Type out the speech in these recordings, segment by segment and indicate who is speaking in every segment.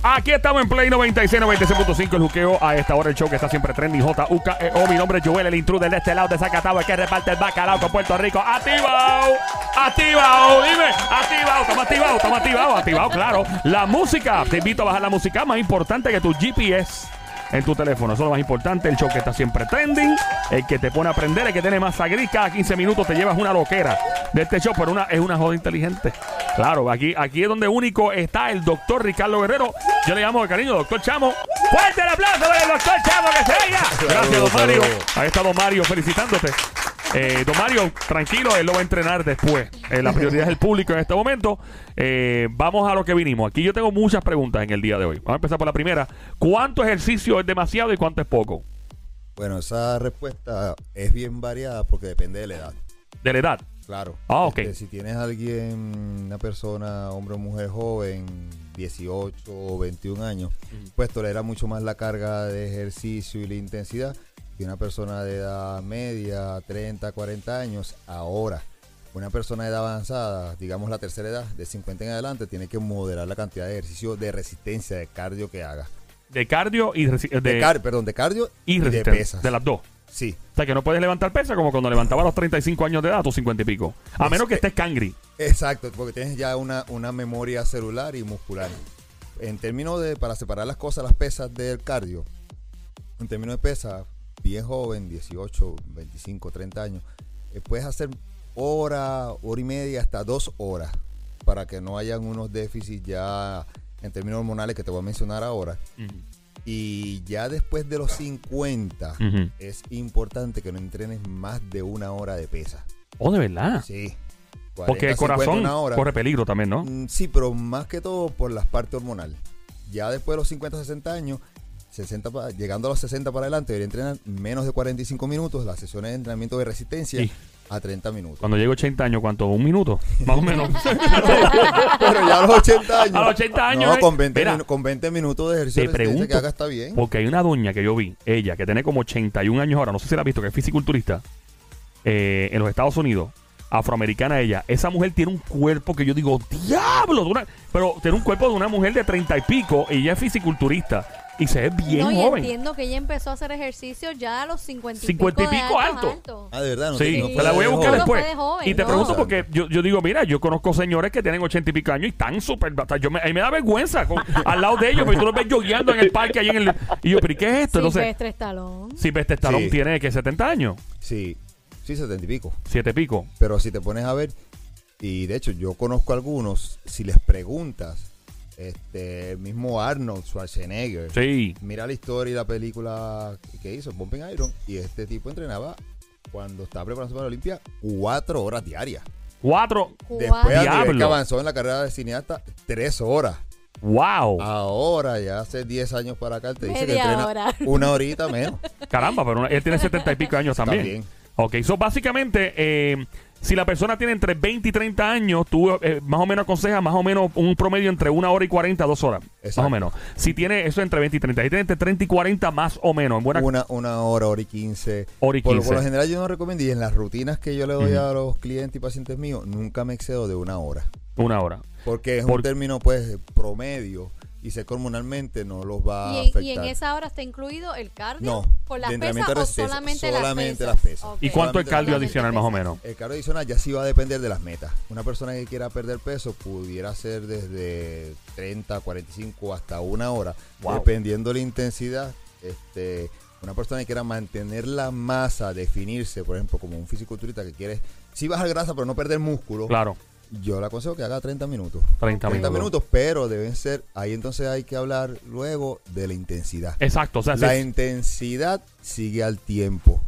Speaker 1: Aquí estamos en Play 96, 96.5 El juqueo a esta hora El show que está siempre trending J-U-K-E-O E Mi nombre es Joel El intruder de este lado De Zacatau El que reparte el bacalao con Puerto Rico Activao Activao Dime Activao Estamos activado Estamos activado Activado, claro La música Te invito a bajar la música Más importante que tu GPS en tu teléfono. Eso es lo más importante. El show que está siempre trending, el que te pone a aprender, el que tiene más gris. Cada 15 minutos te llevas una loquera de este show, pero una, es una joda inteligente. Claro, aquí, aquí es donde único está el doctor Ricardo Guerrero. Yo le llamo de cariño, doctor Chamo. ¡Fuerte el aplauso para el doctor Chamo que se oiga! Gracias, don Mario. Ahí está don Mario felicitándote. Eh, don Mario, tranquilo, él lo va a entrenar después. Eh, la prioridad es el público en este momento. Eh, vamos a lo que vinimos. Aquí yo tengo muchas preguntas en el día de hoy. Vamos a empezar por la primera. ¿Cuánto ejercicio es demasiado y cuánto es poco?
Speaker 2: Bueno, esa respuesta es bien variada porque depende de la edad.
Speaker 1: De la edad.
Speaker 2: Claro.
Speaker 1: Ah, ok.
Speaker 2: Este, si tienes a alguien, una persona, hombre o mujer joven, 18 o 21 años, pues tolera mucho más la carga de ejercicio y la intensidad que una persona de edad media, 30, 40 años. Ahora, una persona de edad avanzada, digamos la tercera edad, de 50 en adelante, tiene que moderar la cantidad de ejercicio de resistencia, de cardio que haga.
Speaker 1: De cardio y resi- eh, de,
Speaker 2: De, car- perdón, de cardio
Speaker 1: y
Speaker 2: y de
Speaker 1: resistencia.
Speaker 2: pesas.
Speaker 1: de las dos.
Speaker 2: Sí,
Speaker 1: O sea, que no puedes levantar pesas como cuando levantaba a los 35 años de edad, a tus 50 y pico. A
Speaker 2: Es
Speaker 1: menos que
Speaker 2: que-
Speaker 1: estés cangri.
Speaker 2: Exacto, porque tienes ya una, una memoria celular y muscular. En términos de, para separar las cosas, las pesas del cardio, en términos de pesas, bien joven, 18, 25, 30 años, eh, puedes hacer hora, hora y media, hasta dos horas, para que no hayan unos déficits ya en términos hormonales que te voy a mencionar ahora. Y ya después de los 50,
Speaker 1: Ujú.
Speaker 2: es importante que no entrenes más de una hora de pesa.
Speaker 1: Oh, de verdad.
Speaker 2: Sí.
Speaker 1: Porque el
Speaker 2: 40, 50,
Speaker 1: corazón
Speaker 2: una hora.
Speaker 1: corre peligro también, ¿no?
Speaker 2: Mm, Sí, pero más que todo por la parte hormonal. Ya después de los 50, 60 años, 60 pa- llegando a los 60 para adelante, debería entrenar menos de 45 minutos las sesiones de entrenamiento de resistencia
Speaker 1: Sí.
Speaker 2: a 30 minutos.
Speaker 1: Cuando llego a 80 años, ¿cuánto? ¿Un minuto? Más o menos.
Speaker 2: Pero ya a los 80 años.
Speaker 1: A los 80 años,
Speaker 2: No,
Speaker 1: eh.
Speaker 2: con 20,
Speaker 1: Mira,
Speaker 2: minu- con 20 minutos de ejercicio
Speaker 1: Te
Speaker 2: de resistencia
Speaker 1: pregunto.
Speaker 2: que haga está bien.
Speaker 1: Porque hay una doña que yo vi, ella, que tiene como 81 años ahora, no sé si la has visto, que es fisiculturista, eh, en los Estados Unidos, afroamericana ella. Esa mujer tiene un cuerpo que yo digo, diablo, de una-". pero tiene un cuerpo de una mujer de 30 y pico y ella es fisiculturista y se ve bien
Speaker 3: no, y
Speaker 1: joven.
Speaker 3: entiendo que ella empezó a hacer ejercicio ya a los 50 y
Speaker 1: 50 y
Speaker 3: pico, de
Speaker 1: pico
Speaker 3: altos,
Speaker 1: alto.
Speaker 3: altos.
Speaker 2: Ah, de verdad, no,
Speaker 1: Sí,
Speaker 2: no
Speaker 3: te
Speaker 1: te
Speaker 2: puede
Speaker 1: la voy a
Speaker 2: ser
Speaker 1: buscar
Speaker 2: joven.
Speaker 3: No
Speaker 1: después.
Speaker 3: fue de joven,
Speaker 1: y te
Speaker 3: no.
Speaker 1: pregunto porque yo, yo digo, mira, yo conozco señores que tienen ochenta y pico años y están súper. o sea, yo me, a mí me da vergüenza con- al lado de ellos, porque tú los ves yogueando en el parque ahí en el. Y yo, pero ¿y qué es esto?
Speaker 4: pues,
Speaker 1: Entonces,
Speaker 3: Silvestre Stallone.
Speaker 1: si Peste Stallone
Speaker 2: Sí.
Speaker 1: este tiene que 70 años,
Speaker 2: Sí, sí, 70 y pico.
Speaker 1: siete pico.
Speaker 2: Pero si te pones a ver, y de hecho yo conozco algunos, si les preguntas, este el mismo Arnold Schwarzenegger,
Speaker 1: Sí.
Speaker 2: mira la historia y la película que hizo, Pumping Iron, y este tipo entrenaba cuando estaba preparándose para la Olimpia cuatro horas diarias.
Speaker 1: Cuatro.
Speaker 2: Después a nivel
Speaker 1: Diablo.
Speaker 2: que avanzó en la carrera de cineasta, tres horas.
Speaker 1: ¡Wow!
Speaker 2: Ah. Ahora, ya hace 10 años para acá, él te dice que
Speaker 3: Media
Speaker 2: entrena
Speaker 3: hora.
Speaker 2: una horita menos.
Speaker 1: Caramba, pero él tiene setenta y pico años también.
Speaker 2: También.
Speaker 1: Ok, so básicamente, eh, si la persona tiene entre 20 y 30 años, tú eh, más o menos aconsejas más o menos un promedio entre una hora y 40 a dos horas. Más
Speaker 2: Exacto.
Speaker 1: o menos. Si tiene eso entre 20 y 30, si tiene entre 30 y 40 más o menos. En buena
Speaker 2: Una, una hora, hora y quince.
Speaker 1: Hora y
Speaker 2: Por, lo-
Speaker 1: 15.
Speaker 2: por lo general yo no recomiendo y en las rutinas que yo le doy
Speaker 1: Ujú.
Speaker 2: a los clientes y pacientes míos, nunca me excedo de una hora.
Speaker 1: una hora.
Speaker 2: Porque es
Speaker 1: Por-
Speaker 2: un término pues promedio y sé que hormonalmente no los va a
Speaker 3: Y en,
Speaker 2: afectar.
Speaker 3: y en esa hora está incluido el cardio
Speaker 2: No,
Speaker 3: por las
Speaker 2: de
Speaker 3: pesas
Speaker 2: entrenamiento de
Speaker 3: o
Speaker 2: resistencia,
Speaker 3: solamente,
Speaker 2: solamente
Speaker 3: las
Speaker 2: las
Speaker 3: pesas.
Speaker 2: pesas.
Speaker 3: Ok.
Speaker 1: ¿Y cuánto el
Speaker 2: Solamente
Speaker 1: cardio
Speaker 2: solamente
Speaker 1: adicional más o menos?
Speaker 2: El cargo adicional ya sí va a depender de las metas. Una persona que quiera perder peso pudiera ser desde 30, 45 hasta una hora,
Speaker 1: Wow.
Speaker 2: dependiendo la intensidad. Este, una persona que quiera mantener la masa, definirse, por ejemplo, como un fisiculturista que quiere sí bajar grasa pero no perder músculo,
Speaker 1: Claro,
Speaker 2: yo le aconsejo que haga 30 minutos.
Speaker 1: 30,
Speaker 2: 30
Speaker 1: minutos.
Speaker 2: minutos, pero deben ser, ahí entonces hay que hablar luego de la intensidad.
Speaker 1: Exacto, o sea,
Speaker 2: La
Speaker 1: si-
Speaker 2: intensidad sigue al tiempo.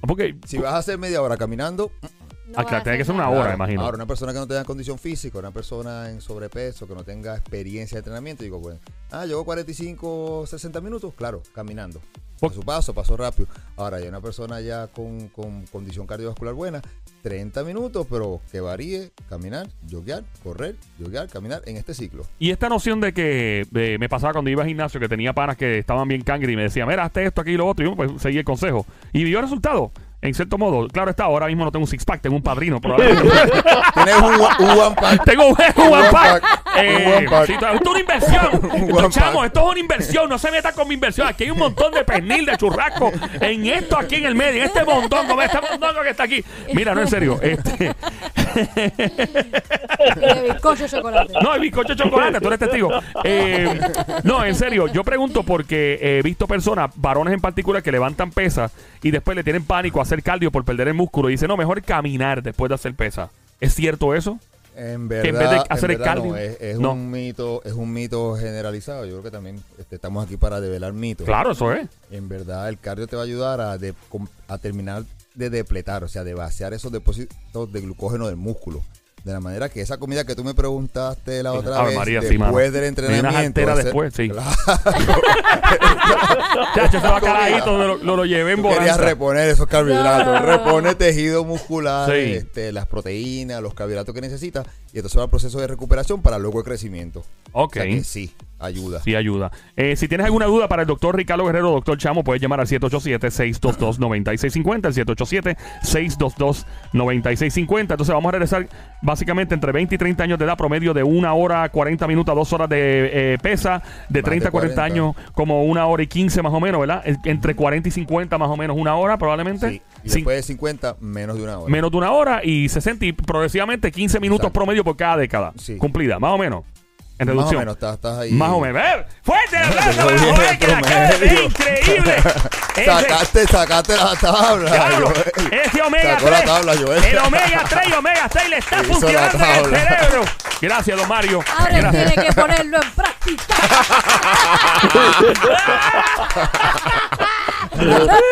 Speaker 1: porque
Speaker 2: Si vas a hacer media hora caminando,
Speaker 3: No
Speaker 1: Ah, claro,
Speaker 3: va a
Speaker 1: tiene que
Speaker 3: hacer
Speaker 1: ser una
Speaker 3: nada.
Speaker 1: hora, imagino.
Speaker 2: Ahora, una persona que no tenga condición física, una persona en sobrepeso, que no tenga experiencia de entrenamiento, digo, bueno, ah, llegó 45, 60 minutos, claro, caminando.
Speaker 1: Por-
Speaker 2: Por su paso, paso rápido. Ahora, ya una persona ya con, con condición cardiovascular buena, 30 minutos, pero que varíe, caminar, joguear, correr, joguear, caminar en este ciclo.
Speaker 1: Y esta noción de que eh, me pasaba cuando iba al gimnasio, que tenía panas que estaban bien cangri y me decía, mira, hazte esto, aquí y lo otro, y yo pues, seguí el consejo. Y dio resultado. En cierto modo, claro está, ahora mismo no tengo un six pack, tengo un padrino, probablemente.
Speaker 2: Tienes un, wa- un one pack.
Speaker 1: tengo un, un one pack.
Speaker 2: pack.
Speaker 1: Eh,
Speaker 2: Un one pack.
Speaker 1: sí, esto es una inversión.
Speaker 2: Un
Speaker 1: Esto,
Speaker 2: one
Speaker 1: chamo,
Speaker 2: pack.
Speaker 1: esto es una inversión. No se metan con mi inversión. Aquí hay un montón de pernil, de churrasco. En esto, aquí en el medio, en este mondongo, ve este mondongo que está aquí. Mira, no, en serio. Este,
Speaker 3: Y de bizcocho de chocolate.
Speaker 1: No, el bizcocho de chocolate, tú eres testigo. Eh, no, en serio, yo pregunto porque eh, he visto personas, varones en particular, que levantan pesas y después le tienen pánico a hacer cardio por perder el músculo y dicen, no, mejor caminar después de hacer pesa. ¿Es cierto eso?
Speaker 2: En
Speaker 1: en vez de
Speaker 2: verdad, en
Speaker 1: hacer el
Speaker 2: verdad
Speaker 1: cardio.
Speaker 2: no, es, es
Speaker 1: No.
Speaker 2: un mito, es un mito generalizado. Yo creo que también este, estamos aquí para develar mitos.
Speaker 1: Claro, eso es.
Speaker 2: En verdad, el cardio te va a ayudar a, de- com- a terminar de depletar, o sea, de vaciar esos depósitos de glucógeno del músculo. De la manera que esa comida que tú me preguntaste la otra
Speaker 1: Eh, Ave
Speaker 2: vez,
Speaker 1: María, sí, mano.
Speaker 2: después del
Speaker 1: Ni
Speaker 2: entrenamiento.
Speaker 1: unas alteras
Speaker 2: ese-
Speaker 1: después, sí.
Speaker 2: Claro.
Speaker 1: Chacho, ese
Speaker 2: Esa
Speaker 1: bacalaíto
Speaker 2: comida.
Speaker 1: lo, lo, lo llevé en
Speaker 2: Tú querías
Speaker 1: bonanza.
Speaker 2: reponer esos carbohidratos,
Speaker 3: No.
Speaker 2: repone tejido muscular,
Speaker 1: Sí.
Speaker 2: este, las proteínas, los carbohidratos que necesitas, y entonces va al proceso de recuperación para luego el crecimiento.
Speaker 1: Ok.
Speaker 2: O sea que sí, ayuda.
Speaker 1: Sí, ayuda. Eh, si tienes alguna duda para el doctor Ricardo Guerrero, doctor Chamo, puedes llamar al 787-622-9650, el 787-622-9650. Entonces vamos a regresar básicamente entre 20 y 30 años de edad, promedio de una hora, 40 minutos, a 2 horas de eh, pesa, de
Speaker 2: Más
Speaker 1: 30 a
Speaker 2: de
Speaker 1: 40
Speaker 2: 40.
Speaker 1: años, como una hora y 15 más o menos, ¿verdad? En- Entre 40 y 50 más o menos, una hora probablemente.
Speaker 2: Sí. Y
Speaker 1: Cin-
Speaker 2: después de 50, menos de una hora.
Speaker 1: Menos de una hora y 60 y progresivamente 15 minutos
Speaker 2: Exacto.
Speaker 1: promedio por cada década.
Speaker 2: Sí.
Speaker 1: Cumplida, más o menos. En
Speaker 2: Más o
Speaker 1: reducción.
Speaker 2: menos, estás, estás ahí.
Speaker 1: Más o menos. ¡Eh! ¡Fuerte el aplauso
Speaker 2: Muy
Speaker 1: para
Speaker 2: bien,
Speaker 1: Joel, que la acaba de-
Speaker 2: promedio.
Speaker 1: ¡Increíble! Ese,
Speaker 2: Sacaste, sacaste la tabla.
Speaker 1: claro,
Speaker 2: Joel.
Speaker 1: ese Omega
Speaker 2: Sacó la
Speaker 1: 3.
Speaker 2: tabla, Joel.
Speaker 1: el Omega 3 y Omega 6 le está
Speaker 2: Hizo la
Speaker 1: funcionando en el
Speaker 2: tabla.
Speaker 1: cerebro. Gracias, don Mario.
Speaker 3: Ahora él tiene que ponerlo en práctica.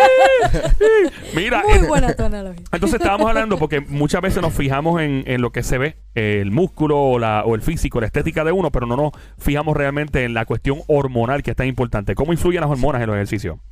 Speaker 1: Mira,
Speaker 3: Muy
Speaker 1: eh,
Speaker 3: buena tu analogía.
Speaker 1: Entonces estábamos hablando porque muchas veces nos fijamos en, en lo que se ve, eh, el músculo o, la- o el físico, la estética de uno, pero no nos fijamos realmente en la cuestión hormonal que es tan importante. ¿Cómo influyen las hormonas en los ejercicios?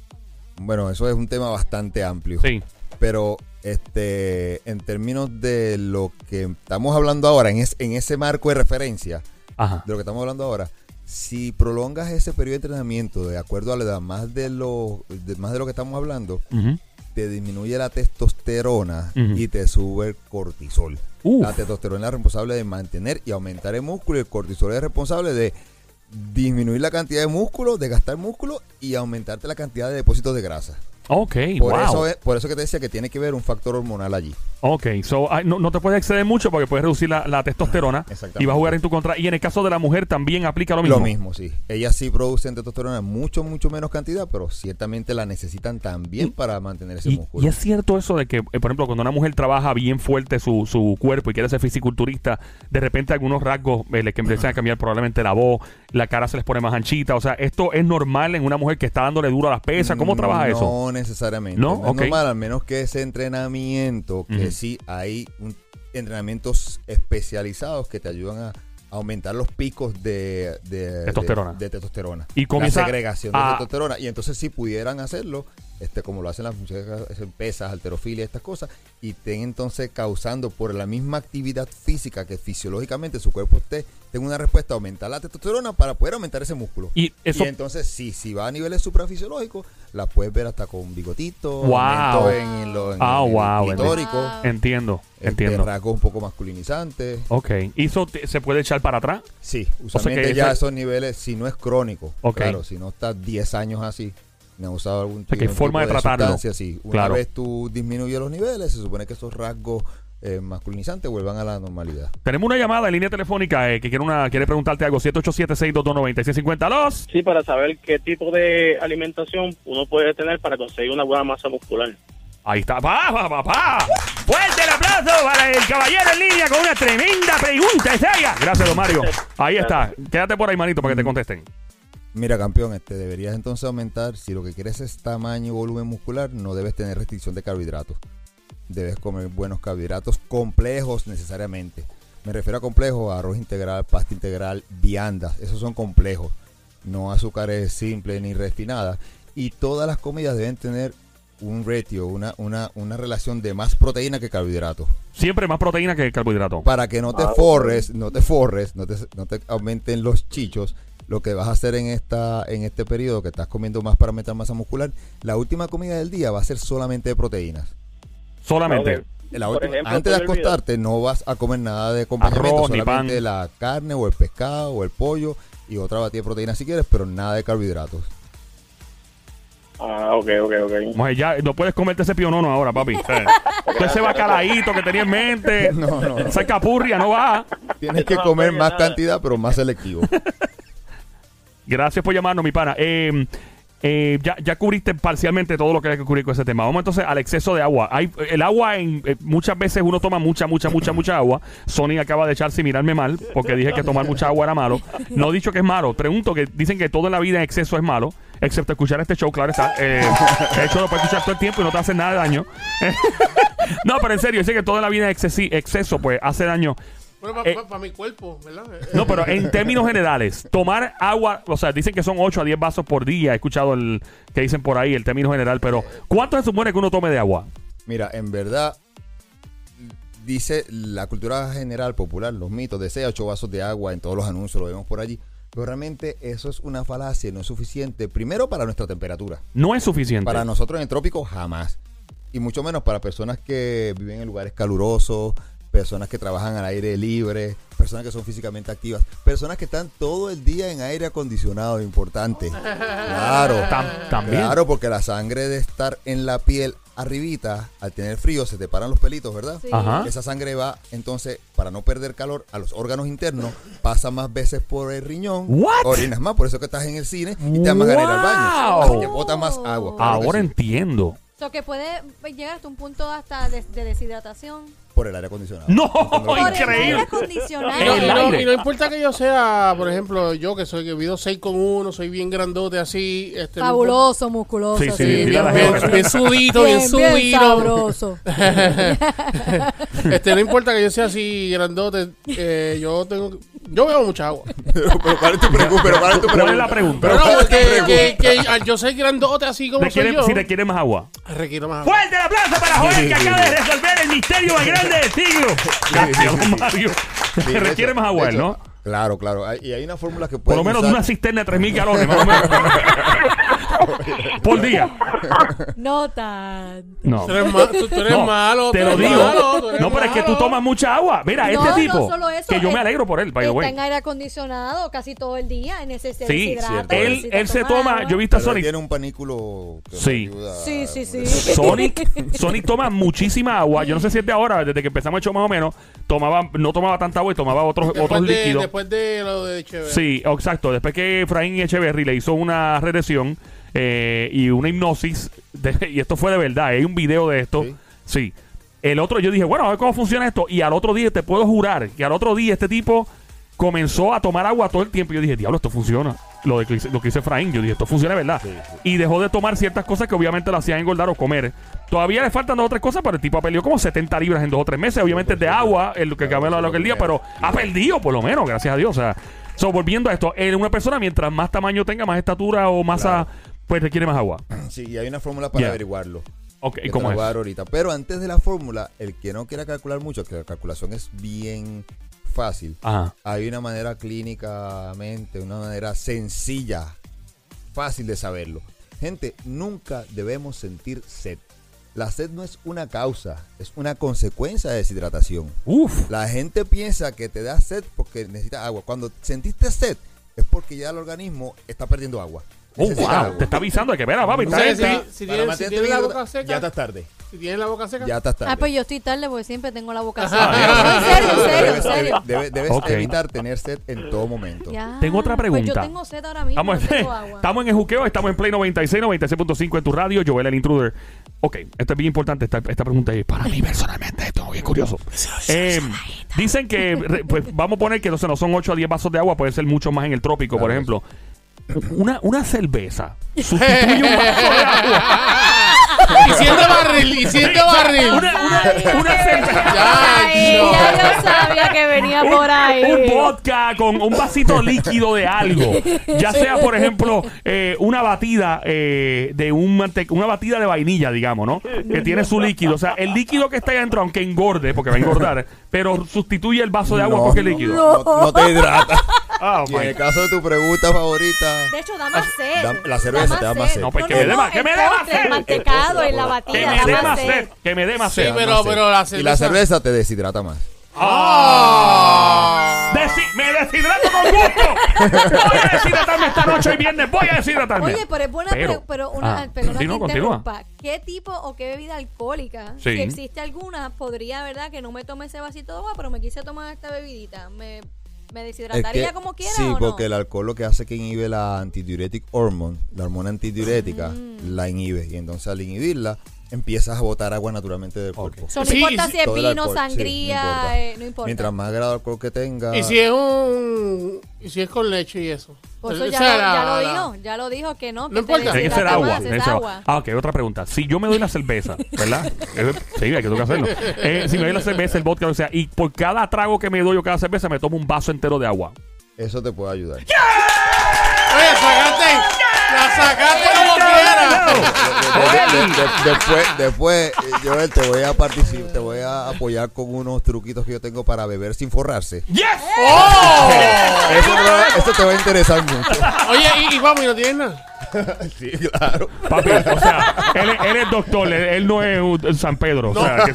Speaker 2: Bueno, eso es un tema bastante amplio.
Speaker 1: Sí.
Speaker 2: Pero este, en términos de lo que estamos hablando ahora, en, es- en ese marco de referencia,
Speaker 1: Ajá.
Speaker 2: de lo que estamos hablando ahora, si prolongas ese periodo de entrenamiento de acuerdo a la edad, más de lo, de- más de lo que estamos hablando,
Speaker 1: Ujú.
Speaker 2: te disminuye la testosterona
Speaker 1: Ujú.
Speaker 2: y te sube el cortisol.
Speaker 1: Uf.
Speaker 2: La testosterona es responsable de mantener y aumentar el músculo y el cortisol es responsable de disminuir la cantidad de músculo, de gastar músculo y aumentarte la cantidad de depósitos de grasa.
Speaker 1: Ok,
Speaker 2: Por,
Speaker 1: wow.
Speaker 2: eso, es- por eso que te decía que tiene que ver un factor hormonal allí.
Speaker 1: Ok, so, ah, no, no te puedes exceder mucho porque puedes reducir la, la testosterona
Speaker 2: Ah, Exactamente.
Speaker 1: y va a jugar en tu contra. Y en el caso de la mujer también aplica lo mismo.
Speaker 2: Lo mismo, sí. Ellas sí producen testosterona en mucho, mucho menos cantidad, pero ciertamente la necesitan también para mantener ese
Speaker 1: Y,
Speaker 2: músculo.
Speaker 1: y es cierto eso de que, eh, por ejemplo, cuando una mujer trabaja bien fuerte su, su cuerpo y quiere ser fisiculturista, de repente algunos rasgos eh, le que empiezan a cambiar probablemente la voz, la cara se les pone más anchita. O sea, ¿esto es normal en una mujer que está dándole duro a las pesas? ¿Cómo trabaja eso?
Speaker 2: Mm, No necesariamente.
Speaker 1: ¿No?
Speaker 2: es
Speaker 1: Ok.
Speaker 2: normal, al menos que ese entrenamiento, que
Speaker 1: Ujú.
Speaker 2: sí hay un- entrenamientos especializados que te ayudan a aumentar los picos de, de-
Speaker 1: Testosterona.
Speaker 2: de- de testosterona.
Speaker 1: Y comienza
Speaker 2: la segregación de
Speaker 1: a-
Speaker 2: testosterona. Y entonces si pudieran hacerlo, este, como lo hacen las muchachas, hacen pesas, alterofilia, estas cosas, y estén entonces causando por la misma actividad física que fisiológicamente su cuerpo esté, tenga una respuesta a aumentar la testosterona para poder aumentar ese músculo.
Speaker 1: Y eso.
Speaker 2: Y entonces, sí, si va a niveles suprafisiológicos, la puedes ver hasta con bigotito,
Speaker 1: Wow.
Speaker 2: aumento en, en lo, en
Speaker 1: Ah,
Speaker 2: el
Speaker 1: wow,
Speaker 2: clitórico,
Speaker 3: bendito.
Speaker 1: Entiendo,
Speaker 2: este,
Speaker 1: entiendo.
Speaker 2: rasgos un poco masculinizantes.
Speaker 1: Ok. ¿Y eso te- se puede echar para atrás?
Speaker 2: Sí,
Speaker 1: sea
Speaker 2: usualmente
Speaker 1: que
Speaker 2: ya
Speaker 1: ese-
Speaker 2: esos niveles, si no es crónico,
Speaker 1: Ok.
Speaker 2: claro, si no estás 10 años así, no has usado algún
Speaker 1: sea, que hay
Speaker 2: algún
Speaker 1: forma de tratarlo.
Speaker 2: sustancia, sí. Una
Speaker 1: Claro.
Speaker 2: vez tú disminuyes los niveles, se supone que esos rasgos eh, masculinizantes vuelvan a la normalidad.
Speaker 1: Tenemos una llamada en línea telefónica eh, que quiere, una, quiere preguntarte algo. 787-622-9650. ¡Los!
Speaker 5: Sí, para saber qué tipo de alimentación uno puede tener para conseguir una buena masa muscular.
Speaker 1: Ahí está. ¡Pa, pa, pa, pa! ¡Fuerte el aplauso para el caballero en línea con una tremenda pregunta! ¡Es ella! Gracias, don Mario. Ahí está. Quédate por ahí, manito, para que te contesten.
Speaker 2: Mira, campeón, este deberías entonces aumentar. Si lo que quieres es tamaño y volumen muscular, no debes tener restricción de carbohidratos. Debes comer buenos carbohidratos complejos necesariamente. Me refiero a complejos, arroz integral, pasta integral, viandas. Esos son complejos. No azúcares simples ni refinadas. Y todas las comidas deben tener un ratio, una, una, una relación de más proteína que carbohidratos.
Speaker 1: Siempre más proteína que carbohidrato.
Speaker 2: Para que no te
Speaker 5: Ah,
Speaker 2: forres, no te forres, no te, no te aumenten los chichos, lo que vas a hacer en esta en este periodo que estás comiendo más para aumentar masa muscular, la última comida del día va a ser solamente de proteínas.
Speaker 1: Solamente.
Speaker 5: Ok.
Speaker 2: La
Speaker 5: Por
Speaker 2: última-
Speaker 5: ejemplo,
Speaker 2: antes de
Speaker 5: todo el video.
Speaker 2: acostarte no vas a comer nada de acompañamiento,
Speaker 1: Arroz, ni
Speaker 2: solamente
Speaker 1: pan.
Speaker 2: la carne o el pescado o el pollo y otra batida de proteína si quieres, pero nada de carbohidratos.
Speaker 5: Ah, ok, ok, ok.
Speaker 1: Mujer, ya eh, no puedes comerte ese pionono ahora, papi. Todo ese bacalaíto que tenía en mente.
Speaker 2: No, no, no.
Speaker 1: Esa capurria no va.
Speaker 2: Tienes que
Speaker 5: No
Speaker 2: comer
Speaker 5: apoya
Speaker 2: más
Speaker 5: nada.
Speaker 2: cantidad, pero más selectivo.
Speaker 1: Gracias por llamarnos, mi pana. Eh, eh, ya, ya cubriste parcialmente todo lo que hay que cubrir con ese tema. Vamos entonces al exceso de agua. Hay, el agua, en, eh, muchas veces uno toma mucha, mucha, mucha, mucha agua. Sony acaba de echarse y mirarme mal porque dije que tomar mucha agua era malo. No he dicho que es malo. Pregunto que dicen que todo en la vida en exceso es malo, excepto escuchar este show, claro está. Eh, de hecho, lo puedes escuchar todo el tiempo y no te hace nada de daño. no, pero en serio, dice que todo en la vida en excesi- exceso, pues hace daño.
Speaker 6: Bueno, para
Speaker 1: Eh.
Speaker 6: mi cuerpo, ¿verdad? Eh,
Speaker 1: No, pero en términos generales, tomar agua, o sea, dicen que son 8 a 10 vasos por día, he escuchado el que dicen por ahí, el término general, pero ¿cuánto se supone que uno tome de agua?
Speaker 2: Mira, en verdad, dice la cultura general popular, los mitos, desea ocho vasos de agua en todos los anuncios, lo vemos por allí. Pero realmente eso es una falacia, no es suficiente. Primero para nuestra temperatura.
Speaker 1: No es suficiente.
Speaker 2: Para nosotros en el trópico, jamás. Y mucho menos para personas que viven en lugares calurosos, personas que trabajan al aire libre, personas que son físicamente activas, personas que están todo el día en aire acondicionado, importante. Claro.
Speaker 1: Tam- también.
Speaker 2: Claro, porque la sangre de estar en la piel arribita, al tener frío, se te paran los pelitos, ¿verdad?
Speaker 3: Sí.
Speaker 1: Ajá.
Speaker 2: Esa sangre va, entonces, para no perder calor a los órganos internos, pasa más veces por el riñón,
Speaker 1: What?
Speaker 2: orinas más, por eso que estás en el cine y te amas ganar al baño.
Speaker 1: Wow.
Speaker 2: Así que bota más agua. claro que
Speaker 1: Ahora
Speaker 2: sí.
Speaker 1: entiendo.
Speaker 4: O sea, que puede
Speaker 3: pues,
Speaker 4: llegar hasta un punto hasta de, de deshidratación.
Speaker 2: Por el aire acondicionado.
Speaker 1: No,
Speaker 2: Por el
Speaker 4: Por el
Speaker 1: Oh,
Speaker 4: aire
Speaker 1: increíble.
Speaker 6: Y eh,
Speaker 1: El
Speaker 6: no, y
Speaker 4: acondicionado.
Speaker 6: no-
Speaker 1: aire.
Speaker 6: y no importa que yo sea, por ejemplo, yo que soy que mido 6 con 1, soy bien grandote así, este no
Speaker 3: Fabuloso, musculoso.
Speaker 1: Sí, sí,
Speaker 3: así,
Speaker 1: sí,
Speaker 6: importa-
Speaker 1: Mira la
Speaker 6: bien,
Speaker 3: bien
Speaker 1: gente.
Speaker 6: bien,
Speaker 3: bueno.
Speaker 6: bien sudito, bien,
Speaker 3: Bien,
Speaker 6: subido.
Speaker 3: bien sabroso.
Speaker 6: Este no importa que yo sea así grandote, eh, yo tengo yo bebo mucha agua.
Speaker 2: pero, pero ¿cuál es tu pregunta? Pero ¿cuál es tu
Speaker 1: ¿Cuál es la pregunta?
Speaker 2: pregunta?
Speaker 6: Pero
Speaker 2: Pero
Speaker 6: no,
Speaker 2: ¿cuál es tu
Speaker 6: que, que,
Speaker 2: pregunta?
Speaker 6: que al yo soy grandote así como
Speaker 1: ¿Le
Speaker 6: soy
Speaker 1: quiere-
Speaker 6: yo.
Speaker 1: si le quiere más agua.
Speaker 6: Requiero más agua.
Speaker 1: Fuerte el aplauso para Joel que acaba de resolver el misterio más grande del siglo. Gracias, don Mario.
Speaker 2: Sí, de
Speaker 1: Requiere
Speaker 2: hecho,
Speaker 1: más agua,
Speaker 2: de hecho,
Speaker 1: ¿no?
Speaker 2: Claro, claro. Hay- Y hay una fórmula que
Speaker 1: Por
Speaker 2: puede
Speaker 1: lo menos de una cisterna de 3.000 galones, más o menos. Por día.
Speaker 3: No tan.
Speaker 1: No.
Speaker 6: Tú eres, ma- tú- tú eres
Speaker 1: No,
Speaker 6: malo,
Speaker 1: Te
Speaker 6: tú
Speaker 1: lo
Speaker 6: eres
Speaker 1: digo.
Speaker 6: malo, tú eres
Speaker 1: no, pero es que tú
Speaker 6: malo.
Speaker 1: tomas mucha agua. Mira,
Speaker 4: No,
Speaker 1: este
Speaker 4: no
Speaker 1: tipo.
Speaker 4: solo eso,
Speaker 1: que yo me
Speaker 4: es-
Speaker 1: alegro por él, by the
Speaker 4: Está
Speaker 1: way.
Speaker 4: en aire acondicionado casi todo el día. En ese se
Speaker 1: Sí,
Speaker 4: deshidrata.
Speaker 1: él,
Speaker 4: necesita
Speaker 1: él se
Speaker 4: tomar
Speaker 1: toma.
Speaker 4: agua.
Speaker 1: Yo he visto a
Speaker 2: Pero
Speaker 1: Sonic.
Speaker 2: tiene un panículo que
Speaker 1: Sí.
Speaker 2: me ayuda.
Speaker 3: Sí, sí, sí.
Speaker 1: Sonic, Sonic toma muchísima agua. Yo no sé si es de ahora, desde que empezamos el show más o menos, tomaba, no tomaba tanta agua y tomaba otros, otros
Speaker 6: Después de,
Speaker 1: líquidos.
Speaker 6: después de lo de Echeverría.
Speaker 1: Sí, exacto. Después que Efraín Echeverry le hizo una regresión eh, y una hipnosis, de- y esto fue de verdad, hay un video de esto. Sí.
Speaker 2: Sí.
Speaker 1: El otro, yo dije, bueno, a ver cómo funciona esto. Y al otro día, te puedo jurar, que al otro día este tipo comenzó a tomar agua todo el tiempo. Y yo dije, diablo, esto funciona. Lo, de que, hice- lo que hice Efraín, yo dije, esto funciona, de ¿verdad? Y dejó de tomar ciertas cosas que obviamente lo hacían engordar o comer. Todavía le faltan dos o tres cosas, pero el tipo ha perdido como 70 libras en dos o tres meses. Obviamente es de agua, el que acabé de hablar aquel día, pero ha perdido por lo menos, gracias a Dios. O sea, so, volviendo a esto, en una persona, mientras más tamaño tenga, más estatura o masa, pues requiere más agua.
Speaker 2: Sí, y hay una fórmula para
Speaker 1: Ya.
Speaker 2: averiguarlo.
Speaker 1: Ok,
Speaker 2: que te
Speaker 1: ¿cómo es?
Speaker 2: la voy a dar ahorita. Pero antes de la fórmula, el que no quiera calcular mucho, que la calculación es bien fácil,
Speaker 1: Ajá.
Speaker 2: hay una manera clínicamente, una manera sencilla, fácil de saberlo. Gente, nunca debemos sentir sed. La sed no es una causa, es una consecuencia de deshidratación.
Speaker 1: Uf.
Speaker 2: La gente piensa que te da sed porque necesitas agua. Cuando sentiste sed es porque ya el organismo está perdiendo agua.
Speaker 1: Oh,
Speaker 2: Necesita
Speaker 1: wow.
Speaker 2: agua.
Speaker 1: Te está avisando de que, verá, papi,
Speaker 6: No
Speaker 1: está
Speaker 6: sé,
Speaker 1: bien,
Speaker 6: sí.
Speaker 1: está-
Speaker 6: si
Speaker 2: Para
Speaker 6: tienes-
Speaker 2: mantenerte
Speaker 6: si tienes la
Speaker 2: vivo,
Speaker 6: boca seca.
Speaker 2: ya estás tarde.
Speaker 6: Si tienes la boca seca.
Speaker 2: Ya estás tarde.
Speaker 4: Ah, pues yo estoy tarde porque siempre tengo la
Speaker 1: Ah,
Speaker 4: boca
Speaker 6: Ajá.
Speaker 4: seca. En serio, en serio, en
Speaker 2: Debes,
Speaker 4: serio.
Speaker 2: evi- debe- debes
Speaker 1: Ok.
Speaker 2: evitar tener sed en todo momento.
Speaker 4: Ya.
Speaker 1: Tengo otra pregunta.
Speaker 4: Pues yo tengo sed ahora mismo.
Speaker 1: Estamos,
Speaker 4: no
Speaker 1: en-
Speaker 4: tengo agua.
Speaker 1: estamos en el juqueo, estamos en Play 96, 96.5 en tu radio, Joel el Intruder. Ok, esto es bien importante, esta, esta pregunta es para mí personalmente, esto es bien curioso. Eh, dicen que, re- pues vamos a poner que no, sé, no son 8 a 10 vasos de agua, puede ser mucho más en el trópico, por ejemplo. Una, una cerveza sustituye un vaso de agua.
Speaker 6: Y siendo barril, y siendo barril.
Speaker 1: Una, una, una cerveza.
Speaker 4: Ay,
Speaker 6: no.
Speaker 4: ya yo sabía que venía por ahí.
Speaker 1: Un vodka con un vasito líquido de algo. Ya sea, por ejemplo, eh, una batida eh, de un mante- una batida de vainilla, digamos, ¿no? Que tiene su líquido. O sea, el líquido que está ahí adentro, aunque engorde, porque va a engordar, pero sustituye el vaso de agua
Speaker 2: No,
Speaker 1: porque es
Speaker 2: no,
Speaker 1: líquido.
Speaker 2: No, no te hidrata.
Speaker 1: Oh,
Speaker 2: Y en el
Speaker 1: my
Speaker 2: caso de tu pregunta favorita,
Speaker 4: De hecho, da más sed.
Speaker 2: da- la cerveza
Speaker 4: Da
Speaker 2: te da más sed.
Speaker 1: No, pues que me dé más- que
Speaker 4: el
Speaker 1: me dé más
Speaker 4: postre,
Speaker 1: sed.
Speaker 4: El mantecado en la
Speaker 1: God. Que
Speaker 4: batida.
Speaker 1: me dé
Speaker 4: da
Speaker 1: más sed. Que me dé más
Speaker 6: Sí,
Speaker 1: sed.
Speaker 6: pero, pero la cerveza.
Speaker 2: y la cerveza te deshidrata más.
Speaker 1: ¡Ah! Desi- me deshidrato con gusto. Voy a deshidratarme esta noche hoy viernes. Voy a deshidratarme.
Speaker 4: Oye, pero es buena
Speaker 1: Pero-
Speaker 4: pre- pero una
Speaker 1: Ah,
Speaker 4: perdona que
Speaker 1: continúa, continúa.
Speaker 4: interrumpa. ¿Qué tipo o qué bebida alcohólica,
Speaker 1: Sí.
Speaker 4: si existe alguna, podría, verdad, que no me tome ese vasito de agua, pero me quise tomar esta bebidita? ¿Me, me
Speaker 2: Es
Speaker 4: deshidrataría
Speaker 2: que-
Speaker 4: como quiera
Speaker 2: Sí,
Speaker 4: o no?
Speaker 2: porque el alcohol lo que hace es que inhibe la antidiuretic hormone, la hormona antidiurética,
Speaker 4: Mm.
Speaker 2: la inhibe. Y entonces al inhibirla, empiezas a botar agua naturalmente del cuerpo.
Speaker 4: So, no
Speaker 6: Sí,
Speaker 4: importa
Speaker 6: sí,
Speaker 4: si es
Speaker 2: Todo el
Speaker 4: vino,
Speaker 2: alcohol, sí,
Speaker 4: sangría, eh, no importa.
Speaker 2: Mientras más grado de alcohol que tenga.
Speaker 6: Y si es un. Y si es con leche y eso.
Speaker 4: Por
Speaker 1: Eh,
Speaker 6: O
Speaker 4: eso ya,
Speaker 6: sea,
Speaker 4: lo, ya
Speaker 6: la-
Speaker 4: lo
Speaker 6: la-
Speaker 4: dijo, ya lo dijo que no.
Speaker 6: No importa.
Speaker 1: Tiene que ser
Speaker 4: deshidrata
Speaker 1: agua.
Speaker 4: más,
Speaker 1: tiene que
Speaker 4: es
Speaker 1: ser
Speaker 4: agua.
Speaker 1: agua. Ah, ok, otra pregunta. Si yo me doy la cerveza, ¿verdad? Eh, sí, hay que tengo que hacerlo. Eh, si me doy la cerveza, el vodka, o sea, y por cada trago que me doy o cada cerveza, me tomo un vaso entero de agua.
Speaker 2: Eso te puede ayudar.
Speaker 6: Oye, sacaste. La sacaste como quieras.
Speaker 2: De- de- de- de- después, después, eh, Joel, te voy a participar, te voy a apoyar con unos truquitos que yo tengo para beber sin forrarse.
Speaker 1: ¡Yes! Oh,
Speaker 2: Eso, te va- eso te va a interesar mucho.
Speaker 6: Oye, y, y vamos, y no tienes nada.
Speaker 2: sí, claro.
Speaker 1: Papi, o sea, él, es- él es doctor, él, él no es un San Pedro. o sea, que-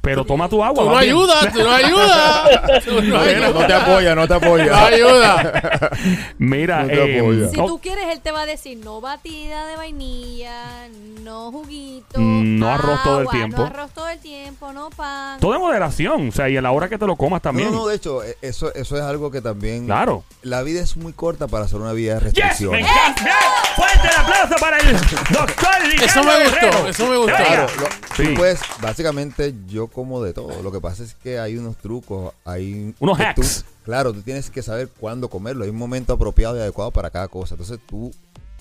Speaker 1: Pero toma tu agua.
Speaker 6: Tú no
Speaker 1: papi.
Speaker 6: ayudas, tú no ayudas. Tú no
Speaker 2: No,
Speaker 6: ayudas.
Speaker 2: te apoya, no te
Speaker 6: No
Speaker 2: apoya.
Speaker 6: ayuda.
Speaker 1: Mira,
Speaker 2: No te
Speaker 1: eh,
Speaker 2: apoya.
Speaker 4: Si
Speaker 1: oh,
Speaker 4: tú quieres, él te va a decir no batida de vainilla, no juguito,
Speaker 1: Mm, no arroz todo el
Speaker 4: agua,
Speaker 1: tiempo.
Speaker 4: No arroz todo el tiempo, no pan.
Speaker 1: todo en moderación, o sea, y a la hora que te lo comas
Speaker 2: No,
Speaker 1: también.
Speaker 2: no, de hecho, eh, eso, eso es algo que también.
Speaker 1: Claro.
Speaker 2: La vida es muy corta para hacer una vida de
Speaker 1: Yes, me
Speaker 2: restricciones.
Speaker 1: encanta. Fuerte el aplauso para el doctor Ricardo
Speaker 6: Eso me gustó,
Speaker 1: Guerrero.
Speaker 6: eso me gustó.
Speaker 1: Venga.
Speaker 2: Claro, lo-
Speaker 1: Sí.
Speaker 2: tú puedes, básicamente yo como de todo. Lo que pasa es que hay unos trucos, hay
Speaker 1: Unos
Speaker 2: que tú-
Speaker 1: hacks.
Speaker 2: claro, tú tienes que saber cuándo comerlo. Hay un momento apropiado y adecuado para cada cosa. Entonces tú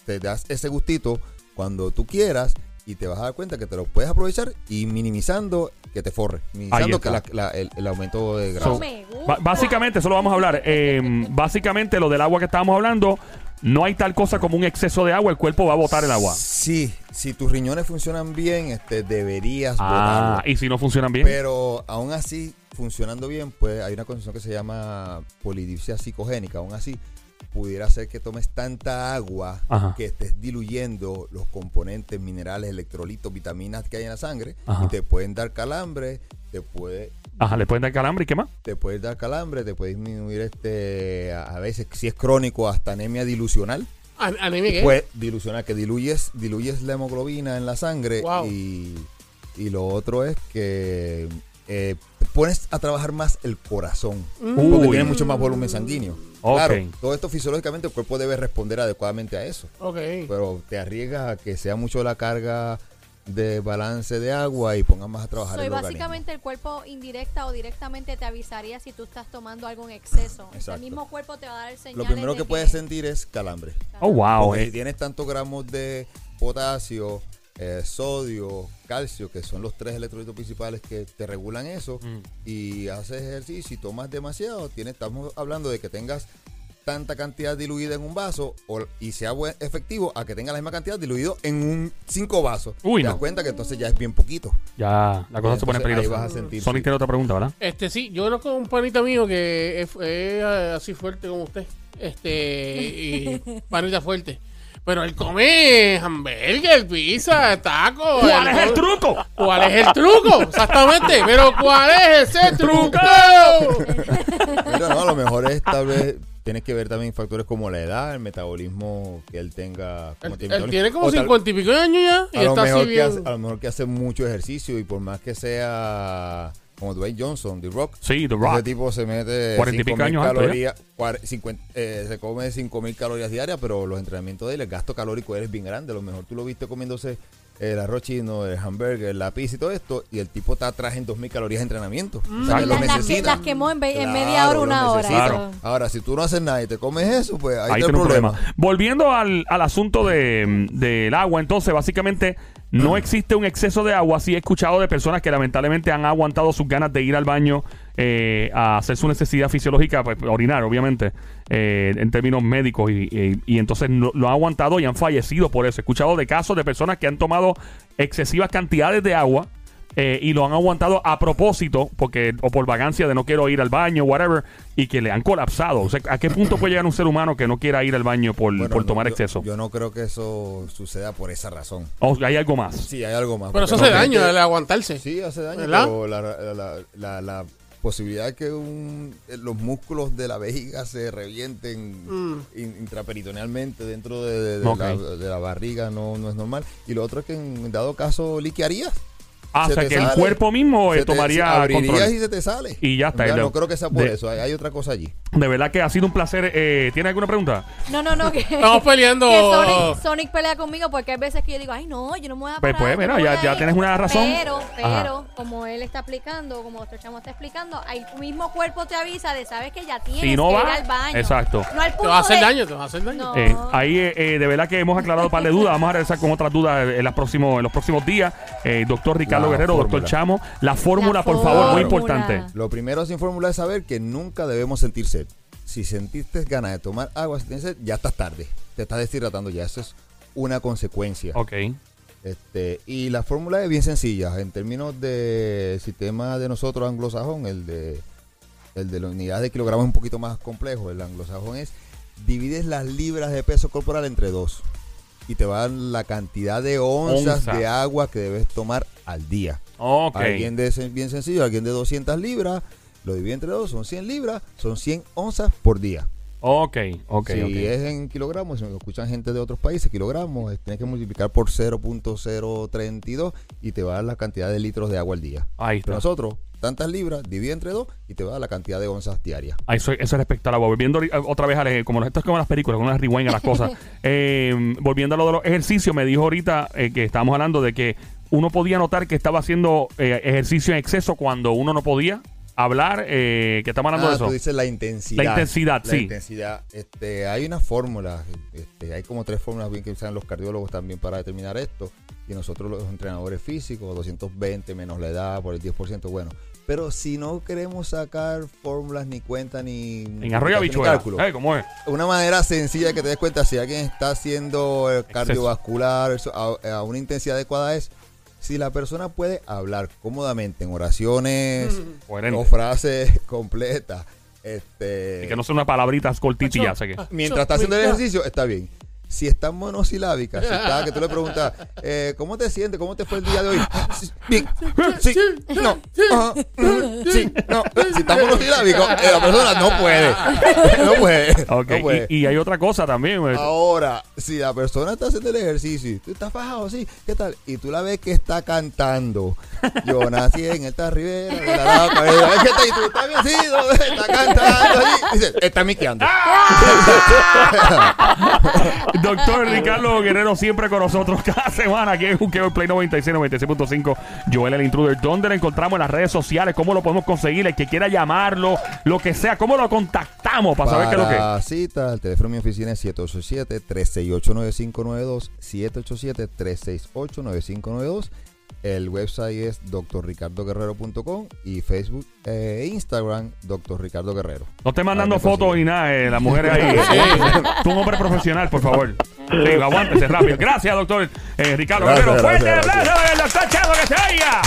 Speaker 2: te das ese gustito cuando tú quieras y te vas a dar cuenta que te lo puedes aprovechar y minimizando que te forre, minimizando que
Speaker 1: está.
Speaker 2: la- la- el, el aumento
Speaker 1: So,
Speaker 2: de grasa.
Speaker 4: me gusta.
Speaker 1: ba- básicamente, eso lo vamos a hablar. Eh, básicamente, lo del agua que estábamos hablando, no hay tal cosa como un exceso de agua, el cuerpo va a botar el agua.
Speaker 2: Sí, si tus riñones funcionan bien, este, deberías botarlo.
Speaker 1: Ah, y si no funcionan bien.
Speaker 2: Pero aún así, funcionando bien, pues hay una condición que se llama polidipsia psicogénica. Aún así, pudiera ser que tomes tanta agua
Speaker 1: Ajá.
Speaker 2: que estés diluyendo los componentes, minerales, electrolitos, vitaminas que hay en la sangre
Speaker 1: Ajá.
Speaker 2: y te pueden dar calambre, te puede
Speaker 1: Ajá, le pueden dar calambre y qué más.
Speaker 2: te puede dar calambre, te puede disminuir este a a veces si es crónico hasta anemia dilucional.
Speaker 6: An- Anime, ¿qué?
Speaker 2: Pues dilucionar, que diluyes, diluyes la hemoglobina en la sangre.
Speaker 6: Wow.
Speaker 2: Y, y lo otro es que eh, pones a trabajar más el corazón. Porque
Speaker 1: Uy.
Speaker 2: tiene mucho más volumen sanguíneo.
Speaker 1: Ok.
Speaker 2: Claro, todo esto fisiológicamente el cuerpo debe responder adecuadamente a eso.
Speaker 6: ok.
Speaker 2: Pero te arriesgas a que sea mucho la carga de balance de agua y pongas más a trabajar
Speaker 4: Soy
Speaker 2: el organismo.
Speaker 4: básicamente el cuerpo indirecta o directamente te avisaría si tú estás tomando algo en exceso.
Speaker 2: Exacto.
Speaker 4: El mismo cuerpo te va a dar señales.
Speaker 2: Lo primero
Speaker 4: de
Speaker 2: que puedes sentir es calambre.
Speaker 1: Oh, wow.
Speaker 2: Porque
Speaker 1: eh.
Speaker 2: si tienes tantos gramos de potasio, eh, sodio, calcio, que son los tres electrolitos principales que te regulan eso,
Speaker 6: Mm.
Speaker 2: y haces ejercicio y tomas demasiado, tienes, estamos hablando de que tengas tanta cantidad diluida en un vaso o- y sea buen- efectivo a que tenga la misma cantidad diluido en un cinco vasos.
Speaker 1: Uy,
Speaker 2: te
Speaker 1: no.
Speaker 2: das cuenta que entonces ya es bien poquito.
Speaker 1: Ya, la cosa se pone
Speaker 2: Entonces, ahí
Speaker 1: peligrosa.
Speaker 2: vas a sentir,
Speaker 1: Sonic
Speaker 2: sí.
Speaker 1: tiene otra pregunta, ¿verdad?
Speaker 6: Este sí, yo conozco un panita mío que es, es, eh, así fuerte como usted. Este, y panita fuerte. Pero él come hamburger, pizza, taco.
Speaker 1: ¿Cuál
Speaker 6: él
Speaker 1: es el
Speaker 6: come-
Speaker 1: truco?
Speaker 6: ¿Cuál es el truco? Exactamente. Pero ¿cuál es ese truco?
Speaker 2: Mira, no, a lo mejor es tal vez tienes que ver también factores como la edad, el metabolismo que él tenga. como
Speaker 6: él, él tiene como
Speaker 2: O tal-
Speaker 6: 50 y pico de años ya.
Speaker 2: a
Speaker 6: Y
Speaker 2: lo,
Speaker 6: está así
Speaker 2: mejor que hace,
Speaker 6: bien.
Speaker 2: a lo mejor que hace mucho ejercicio y por más que sea como Dwayne Johnson, The Rock.
Speaker 1: Sí, The Rock.
Speaker 2: Ese tipo se mete
Speaker 1: 40 y
Speaker 2: 5.000
Speaker 1: pico años alto ya.
Speaker 2: calorías, cuar- 50, eh, se come 5000 calorías diarias, pero los entrenamientos de él, el gasto calórico de él es bien grande. A lo mejor tú lo viste comiéndose el arroz chino, el hamburger, la pizza y todo esto, y el tipo está atrás en 2000 calorías de entrenamiento. O sea, que
Speaker 1: Exacto.
Speaker 2: lo
Speaker 4: Las- las que-
Speaker 2: necesita.
Speaker 4: las quemó en ve- en
Speaker 2: Claro,
Speaker 4: media hora,
Speaker 2: lo
Speaker 4: una hora,
Speaker 2: necesita.
Speaker 1: Claro.
Speaker 4: eso.
Speaker 2: Ahora, si tú no haces nada y te comes eso, pues ahí,
Speaker 1: Ahí
Speaker 2: está el
Speaker 1: tiene un
Speaker 2: problema.
Speaker 1: problema. Volviendo al, al asunto de, del agua, entonces, básicamente,
Speaker 2: Mm.
Speaker 1: no existe un exceso de agua. Sí he escuchado de personas que lamentablemente han aguantado sus ganas de ir al baño eh, a hacer su necesidad fisiológica, pues, orinar, obviamente, eh, en términos médicos, y, y- y entonces no- lo han aguantado y han fallecido por eso. He escuchado de casos de personas que han tomado excesivas cantidades de agua eh, y lo han aguantado a propósito, porque o por vagancia de no quiero ir al baño, whatever, y que le han colapsado. O sea, ¿a qué punto puede llegar un ser humano que no quiera ir al baño por,
Speaker 2: Bueno,
Speaker 1: por
Speaker 2: no,
Speaker 1: tomar
Speaker 2: yo-
Speaker 1: exceso?
Speaker 2: Yo no creo que eso suceda por esa razón.
Speaker 1: O hay algo más.
Speaker 2: Sí, hay algo más.
Speaker 6: Pero eso
Speaker 2: porque
Speaker 6: hace
Speaker 2: no-
Speaker 6: daño,
Speaker 2: que-
Speaker 6: el aguantarse.
Speaker 2: Sí, hace daño,
Speaker 6: ¿Verdad?
Speaker 2: pero la, la, la- la- la posibilidad que un- eh, los músculos de la vejiga se revienten
Speaker 6: Mm.
Speaker 2: in- intraperitonealmente dentro de, de- de
Speaker 1: Ok.
Speaker 2: la, de la barriga no, no es normal. Y lo otro es que en dado caso liquearías.
Speaker 1: Ah, o
Speaker 2: Se
Speaker 1: sea,
Speaker 2: te
Speaker 1: que el
Speaker 2: sale.
Speaker 1: cuerpo mismo eh,
Speaker 2: Se te-
Speaker 1: tomaría
Speaker 2: abrirías
Speaker 1: control.
Speaker 2: y se te sale.
Speaker 1: Y ya está, y lo-
Speaker 2: no creo que sea por
Speaker 1: de-
Speaker 2: eso, hay, hay otra cosa allí.
Speaker 1: De verdad que ha sido un placer. Eh, ¿Tiene alguna pregunta?
Speaker 4: No, no, no. Que,
Speaker 6: Estamos peleando.
Speaker 4: que Sonic, Sonic pelea conmigo porque hay veces que yo digo, ay, no, yo no me voy a
Speaker 1: Pues,
Speaker 4: parar.
Speaker 1: pues,
Speaker 4: yo
Speaker 1: mira,
Speaker 4: no voy
Speaker 1: ya-
Speaker 4: a
Speaker 1: ya
Speaker 4: ir".
Speaker 1: tienes una razón.
Speaker 4: Pero,
Speaker 1: Ajá.
Speaker 4: pero, como él está explicando, como otro chamo está explicando, ahí tu mismo cuerpo te avisa de, sabes que ya tienes
Speaker 1: Si no
Speaker 4: que
Speaker 1: va,
Speaker 4: ir al baño.
Speaker 1: exacto.
Speaker 4: No al
Speaker 6: Te
Speaker 4: punto
Speaker 6: vas a hacer
Speaker 4: de-
Speaker 6: daño, te vas a hacer daño.
Speaker 4: No.
Speaker 1: Eh, ahí eh, eh, de verdad que hemos aclarado un par de dudas. Vamos a regresar con otras dudas eh, en, las próximos- en los próximos días. Eh, doctor Ricardo
Speaker 2: La
Speaker 1: Guerrero, doctor
Speaker 2: fórmula.
Speaker 1: Chamo. La fórmula,
Speaker 4: La
Speaker 1: por favor, muy
Speaker 4: fórmula.
Speaker 1: importante.
Speaker 2: Lo primero sin fórmula es saber que nunca debemos sentir sed. Si sentiste ganas de tomar agua, si tienes sed, ya estás tarde. Te estás deshidratando ya. Eso es una consecuencia.
Speaker 1: Ok.
Speaker 2: Este, y la fórmula es bien sencilla. En términos de sistema de nosotros anglosajón, el de, el de la unidad de kilogramos es un poquito más complejo. El anglosajón es divides las libras de peso corporal entre dos. Y te va a dar la cantidad de onzas
Speaker 1: Onza.
Speaker 2: de agua que debes tomar al día.
Speaker 1: Ok.
Speaker 2: Alguien de ese- bien sencillo, alguien de 200 libras, lo divide entre dos, son 100 libras, son 100 onzas por día.
Speaker 1: Ok. Ok.
Speaker 2: si
Speaker 1: ok.
Speaker 2: es en kilogramos, si me escuchan gente de otros países, kilogramos, eh, tienes que multiplicar por 0.032 y te va a dar la cantidad de litros de agua al día.
Speaker 1: Ahí está.
Speaker 2: Pero nosotros, tantas libras, divide entre dos y te va a dar la cantidad de onzas diarias.
Speaker 1: Ah, eso, eso es respecto al agua. Volviendo ahorita- otra vez a las- como, esto es como las películas, como las rewind a las cosas. Eh, volviendo a lo de los ejercicios, me dijo ahorita eh, que estábamos hablando de que uno podía notar que estaba haciendo eh, ejercicio en exceso cuando uno no podía hablar, eh, que estamos hablando
Speaker 2: Ah,
Speaker 1: de eso.
Speaker 2: tú dices la intensidad.
Speaker 1: La intensidad,
Speaker 2: La
Speaker 1: sí.
Speaker 2: intensidad. Este, hay una fórmula, este, hay como tres fórmulas bien que usan los cardiólogos también para determinar esto. Y nosotros los entrenadores físicos, 220 menos la edad por el 10%, bueno. Pero si no queremos sacar fórmulas ni cuentas ni...
Speaker 1: en arroyo
Speaker 2: ni
Speaker 1: habichuela.
Speaker 2: cálculo,
Speaker 1: Eh, ¿Cómo es?
Speaker 2: Una manera sencilla de que te des cuenta si alguien está haciendo el cardiovascular eso, a, a una intensidad adecuada es si la persona puede hablar cómodamente en oraciones
Speaker 1: Coherente.
Speaker 2: o frases completas. Este,
Speaker 1: Y que no son unas palabritas cortitillas. sé que.
Speaker 2: Mientras está haciendo el ejercicio, está bien. Si está monosilábica, si está que tú le preguntas, eh, ¿cómo te sientes? ¿Cómo te fue el día de hoy? Sí, Bien. Sí. No. Ajá. Mm, Sí. No. Si está monosilábico, eh, la persona no puede. No puede.
Speaker 1: Ok,
Speaker 2: No puede.
Speaker 1: y, y hay otra cosa también. eh,
Speaker 2: Ahora, si la persona está haciendo el ejercicio y tú estás bajado, sí, ¿qué tal? Y tú la ves que está cantando. Yo nací en esta ribera, de la Arauca, ¿ves que está? Y tú estás bien, sí, no, está cantando ahí. Dice, está miqueando.
Speaker 1: Doctor Ricardo Guerrero siempre con nosotros cada semana aquí en Juqueo en Play 96, 96.5. Joel el Intruder. ¿Dónde lo encontramos en las redes sociales? ¿Cómo lo podemos conseguir? El que quiera llamarlo, lo que sea. ¿Cómo lo contactamos para, saber qué es lo que
Speaker 2: Para cita, el teléfono de mi oficina es 787-368-9592, 787-368-9592. El website es drricardoguerrero.com y Facebook e Instagram, Dr. Ricardo Guerrero.
Speaker 1: No esté mandando
Speaker 2: Ahí me
Speaker 1: fotos
Speaker 2: consigue.
Speaker 1: ni nada, eh, las mujeres ahí.
Speaker 6: Sí.
Speaker 1: Tú un hombre profesional, por favor. Sí, aguántese rápido. Gracias, doctor eh, Ricardo
Speaker 2: Gracias,
Speaker 1: Guerrero. ¡Fuerte el
Speaker 2: gracias,
Speaker 1: aplauso del doctor Chavo que se oiga!